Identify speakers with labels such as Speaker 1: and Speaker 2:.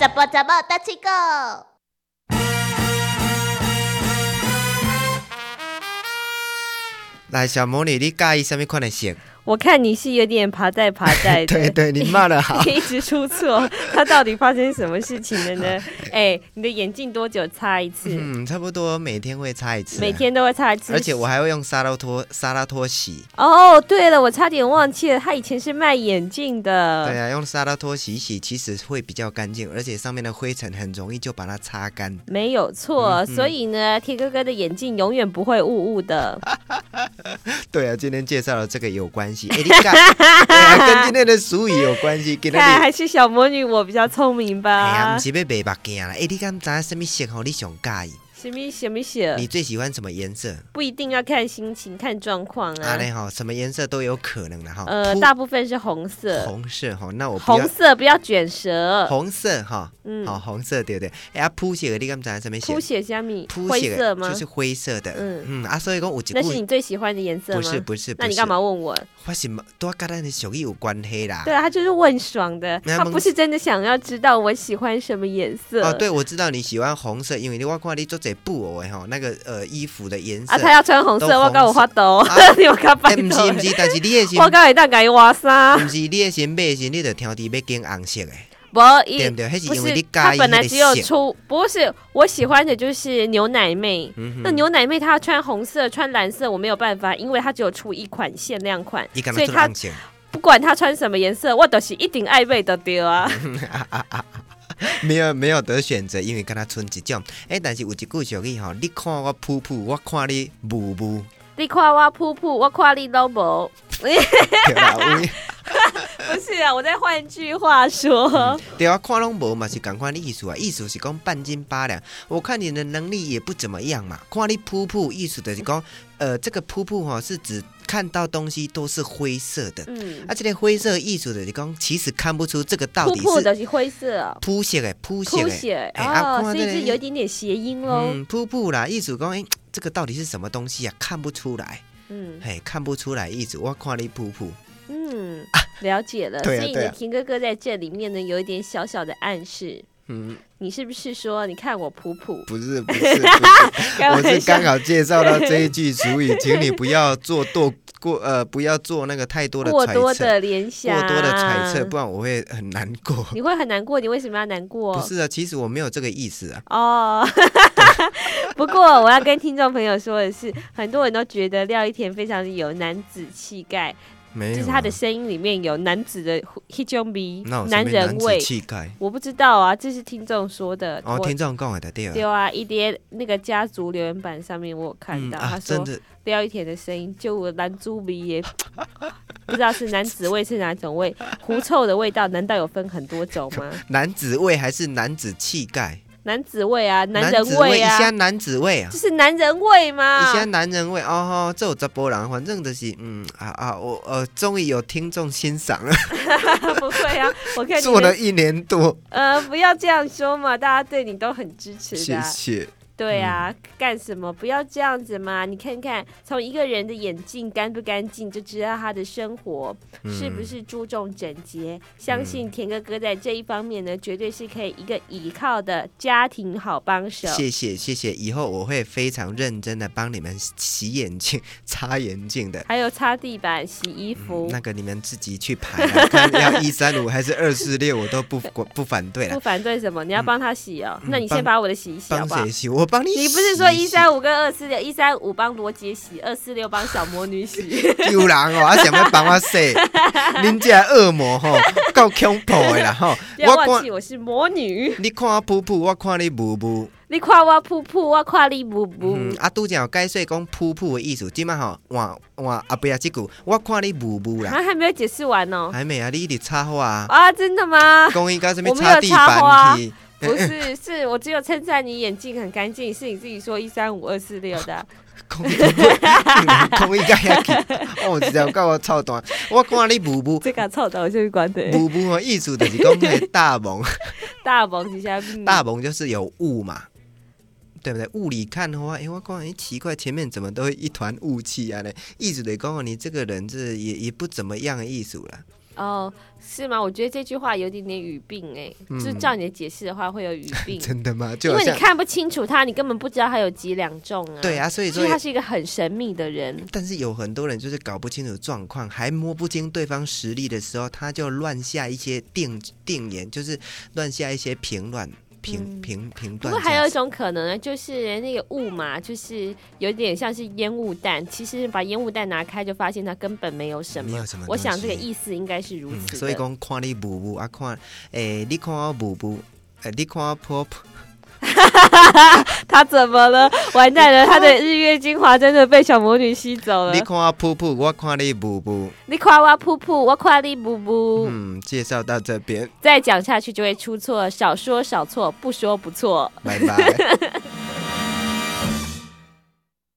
Speaker 1: 怎么怎么大七个？
Speaker 2: 来，小魔女，你介意什么款的色？
Speaker 3: 我看你是有点爬在爬在的，。
Speaker 2: 对对，你骂的好
Speaker 3: 一直出错，他到底发生什么事情了 呢？哎、你的眼镜多久擦一次？
Speaker 2: 嗯，差不多每天会擦一次。
Speaker 3: 每。天都会擦一次，
Speaker 2: 而且我还会用沙拉托沙拉托洗。
Speaker 3: 哦，对了，我差点忘记了，他以前是卖眼镜的。
Speaker 2: 对啊，用沙拉托洗一洗，其实会比较干净，而且上面的灰尘很容易就把它擦干。
Speaker 3: 没有错，
Speaker 2: 嗯嗯
Speaker 3: 所以呢，铁哥哥的眼镜永远不会雾雾的。
Speaker 2: 对啊，今天介绍的这个有关 系。哎，你看，对啊，跟今天的俗语有关 系。给
Speaker 3: 看来
Speaker 2: 那里，
Speaker 3: 还是小魔女我比较聪明
Speaker 2: 哎呀，
Speaker 3: 吧
Speaker 2: 不？是要卖目镜 啦。哎，你敢知道什么色号你上介意？
Speaker 3: 什么什么写，
Speaker 2: 你最喜欢什么颜色？
Speaker 3: 不一定要看心情、看状况
Speaker 2: 啊
Speaker 3: 啊。
Speaker 2: 嘞哈，什么颜色都有可能的哈。
Speaker 3: 呃，
Speaker 2: 扑
Speaker 3: 大部分是红色，
Speaker 2: 红色哈，那我不
Speaker 3: 红
Speaker 2: 要
Speaker 3: 色不要卷舌，
Speaker 2: 红色哈，
Speaker 3: 呃嗯
Speaker 2: 好红色对不对？哎呀，扑血的你敢知道什么
Speaker 3: 凸写虾米，
Speaker 2: 扑
Speaker 3: 灰
Speaker 2: 血
Speaker 3: 色吗
Speaker 2: 就？是灰色的，
Speaker 3: 嗯
Speaker 2: 嗯啊，所以讲有一句
Speaker 3: 那是你最喜欢的颜色吗？
Speaker 2: 不是不是，
Speaker 3: 那
Speaker 2: 不
Speaker 3: 你
Speaker 2: 是啊
Speaker 3: 干？嘛问我？
Speaker 2: 我是多跟咱的俗语有关系啦
Speaker 3: 对。啊，他就是问爽的，
Speaker 2: 那
Speaker 3: 他
Speaker 2: 蒙
Speaker 3: 不是真的想要知道我喜欢什么颜色。
Speaker 2: 哦，对，我知道你喜欢红色，因为你我看你做这布偶的哈，那个呃衣服的颜色
Speaker 3: 啊，。他要穿红色，
Speaker 2: 都
Speaker 3: 我告我
Speaker 2: 红色
Speaker 3: 发抖
Speaker 2: 啊，
Speaker 3: 你有看白
Speaker 2: 哎，不是不是，但是你的心，
Speaker 3: 我
Speaker 2: 不
Speaker 3: 敢会当改换衫，
Speaker 2: 是你的心买的时候，你得挑剔要拣红色的，
Speaker 3: 无
Speaker 2: 对
Speaker 3: 伊
Speaker 2: 不对？那是
Speaker 3: 不
Speaker 2: 因为
Speaker 3: 是
Speaker 2: 你
Speaker 3: 他
Speaker 2: 介意
Speaker 3: 本来
Speaker 2: 那个
Speaker 3: 只有
Speaker 2: 色。
Speaker 3: 出，不是我喜欢的就是牛奶妹。
Speaker 2: 嗯哼
Speaker 3: 那牛奶妹她要穿红色、穿蓝色，我没有办法，因为她只有出一款限量款
Speaker 2: 你，敢
Speaker 3: 所以
Speaker 2: 做
Speaker 3: 她
Speaker 2: 红色？
Speaker 3: 不管她穿什么颜色，我都是一定爱买的对啊。
Speaker 2: 没有没有得选择，因为跟他剩一种。哎，但是有一句俗语吼，你看我噗噗，我看你噗 噗。
Speaker 3: 你看我噗噗，我看你都 无。
Speaker 2: 对啦，有
Speaker 3: 不是啊，我再换句话说，
Speaker 2: 对啊，看拢无嘛是共款的意思啊，意思是讲半斤八两。我看你的能力也不怎么样嘛，看你噗噗，意思就是讲，呃，这个噗噗吼是指看到东西都是灰色的，
Speaker 3: 嗯，
Speaker 2: 啊，这个灰色意思就是讲，其实看不出这个到
Speaker 3: 噗
Speaker 2: 底
Speaker 3: 噗
Speaker 2: 是
Speaker 3: 的是灰色哦，
Speaker 2: 扑血的扑血
Speaker 3: 凸
Speaker 2: 的，
Speaker 3: 血
Speaker 2: 哎啊
Speaker 3: 哦，所
Speaker 2: 看这
Speaker 3: 以
Speaker 2: 个
Speaker 3: 是有一点点谐音喽。
Speaker 2: 嗯，噗噗啦，意思讲，哎，这个到底是什么东西啊？看不出来。
Speaker 3: 嗯
Speaker 2: 嘿，看不出来意思，我看你噗噗。
Speaker 3: 嗯，了解了。所
Speaker 2: 对啊
Speaker 3: 以你
Speaker 2: 对
Speaker 3: 的
Speaker 2: 啊
Speaker 3: 田哥哥在这里面呢，有一点小小的暗示。
Speaker 2: 嗯，
Speaker 3: 你是不是说你看我普 普？
Speaker 2: 不是不是，不
Speaker 3: 开
Speaker 2: 是，我
Speaker 3: 玩
Speaker 2: 是
Speaker 3: 笑
Speaker 2: 刚好介绍到这一句俗语，请你不要做多过呃，不要做那个太多的
Speaker 3: 过
Speaker 2: 揣
Speaker 3: 多
Speaker 2: 测，
Speaker 3: 的联想，
Speaker 2: 过多的揣测，不然我会很难过。
Speaker 3: 你会很难过。你为什么要难过？
Speaker 2: 不是啊，其实我没有这个意思啊。
Speaker 3: 哦， 不过我要跟听众朋友说的是，很多人都觉得廖一田非常有男子气概，
Speaker 2: 没
Speaker 3: 就
Speaker 2: 有啊，
Speaker 3: 是他的声音里面有男子的 h i j o m b
Speaker 2: 那我
Speaker 3: 男人味
Speaker 2: 子。气概。
Speaker 3: 我不知道啊，这是听众说的。
Speaker 2: 哦，
Speaker 3: 我
Speaker 2: 听众讲的对
Speaker 3: 对
Speaker 2: 啊，
Speaker 3: 啊，EDA 那个家族留言板上面我有看
Speaker 2: 嗯
Speaker 3: 到，
Speaker 2: 啊，
Speaker 3: 他
Speaker 2: 真
Speaker 3: 说
Speaker 2: 的
Speaker 3: 廖一田的声音就我男猪鼻耶， 不知道是男子味是哪种味，狐臭的味道难道有分很多种 吗？
Speaker 2: 男子味还是男子气概？
Speaker 3: 男子味啊，男人
Speaker 2: 子味，
Speaker 3: 味
Speaker 2: 一下
Speaker 3: 啊，
Speaker 2: 男子味啊
Speaker 3: 就。是男人味嘛
Speaker 2: 一。些男人味哦吼，这有直播人，反正就是嗯啊啊，我呃终于有听众欣赏了，
Speaker 3: 不 会啊，我看你
Speaker 2: 做了
Speaker 3: 们
Speaker 2: 一年多，
Speaker 3: 呃，不要这样说嘛，大家对你都很支持的
Speaker 2: 谢嗯
Speaker 3: 啊。
Speaker 2: 谢。
Speaker 3: 对啊，干什么？不要这样子嘛！你看看，从一个人的眼睛干不干净，就知道他的生活
Speaker 2: 嗯
Speaker 3: 是不是注重整洁。相信田哥哥在这一方面呢，绝对是可以一个倚靠的家庭好帮手。
Speaker 2: 谢谢谢谢，以后我会非常认真的帮你们洗眼镜、擦眼镜的。
Speaker 3: 还有擦地板、洗衣服，
Speaker 2: 嗯那个你们自己去排啦，看要一三五还是二四六，我都不 不不反对
Speaker 3: 不
Speaker 2: 了。
Speaker 3: 反对什么？你要帮他洗哦。那你先
Speaker 2: 嗯帮
Speaker 3: 把我的洗一洗好
Speaker 2: 帮
Speaker 3: 不好
Speaker 2: 谁？洗？我帮你洗。
Speaker 3: 你不是说一
Speaker 2: 五
Speaker 3: 三五跟二四六，一三五帮罗杰洗，二四六帮小魔 女洗？
Speaker 2: 丢人哦，啊想要帮我 洗？恁这恶魔吼，够恐怖的啦 吼！
Speaker 3: 不 要
Speaker 2: 我
Speaker 3: 忘记
Speaker 2: 看
Speaker 3: 啊我是魔女，
Speaker 2: 你看我噗噗，我看你噗噗。
Speaker 3: 你夸我噗噗，我夸你噗噗。
Speaker 2: 嗯，啊，拄则有解说讲噗噗的意思，即摆吼换换后壁即句，我看你雾雾啦，
Speaker 3: 啊，还没有解释完哦。
Speaker 2: 还没啊，你一直插花啊，
Speaker 3: 啊，真的吗？
Speaker 2: 讲伊搞什
Speaker 3: 我
Speaker 2: 物
Speaker 3: 没有
Speaker 2: 地
Speaker 3: 插花啊
Speaker 2: 板去，
Speaker 3: 不是，是我只有称赞你眼睛很干净，是你自己说一三五二四六 的。
Speaker 2: 讲伊讲伊甲遐去， 哦，一条到我臭蛋，我看你雾 雾。
Speaker 3: 这个臭的我就去管的。
Speaker 2: 雾雾哦，意思就是讲迄大梦，
Speaker 3: 大萌一下，嗯
Speaker 2: 大梦就是有雾嘛，对不对？雾里看花，哎，我讲，哎，奇怪，前面怎么都会一团雾气啊？呢，意思得讲，你这个人这也也不怎么样的意思啦。
Speaker 3: 哦，是吗？我觉得这句话有点点语病哎、就是照你的解释的话，会有语病，
Speaker 2: 嗯 真的吗？就
Speaker 3: 嗯
Speaker 2: 好
Speaker 3: 因为你
Speaker 2: 像
Speaker 3: 看不清楚他，你根本不知道他有几两重啊。
Speaker 2: 对，啊，所以
Speaker 3: 所
Speaker 2: 说
Speaker 3: 以，他是一个很神秘的人。
Speaker 2: 但是有很多人就是搞不清楚状况，还摸不清对方实力的时候，他就乱下一些定定言，就是乱下一些评论、评
Speaker 3: 嗯
Speaker 2: 评评
Speaker 3: 不
Speaker 2: 断
Speaker 3: 过
Speaker 2: 这样子。
Speaker 3: 还有一种可能呢，就是那个雾嘛，就是有点像是烟雾弹。其实把烟雾弹拿开，就发现它根本没有什么。
Speaker 2: 没有什么
Speaker 3: 我想
Speaker 2: 东
Speaker 3: 这
Speaker 2: 西
Speaker 3: 个意思应该是如
Speaker 2: 嗯
Speaker 3: 此的。
Speaker 2: 所以讲看你步步啊，看诶、你看我步步，诶、你看我婆婆，
Speaker 3: 他怎么了？完蛋了，他的日月精华真的被小魔女吸走了
Speaker 2: 你。看我婆婆，我看你步步。
Speaker 3: 你夸我噗噗，我夸你噗噗。
Speaker 2: 嗯，介绍到这边，
Speaker 3: 再讲下去就会出错，少说少错，不说不错。
Speaker 2: 拜拜。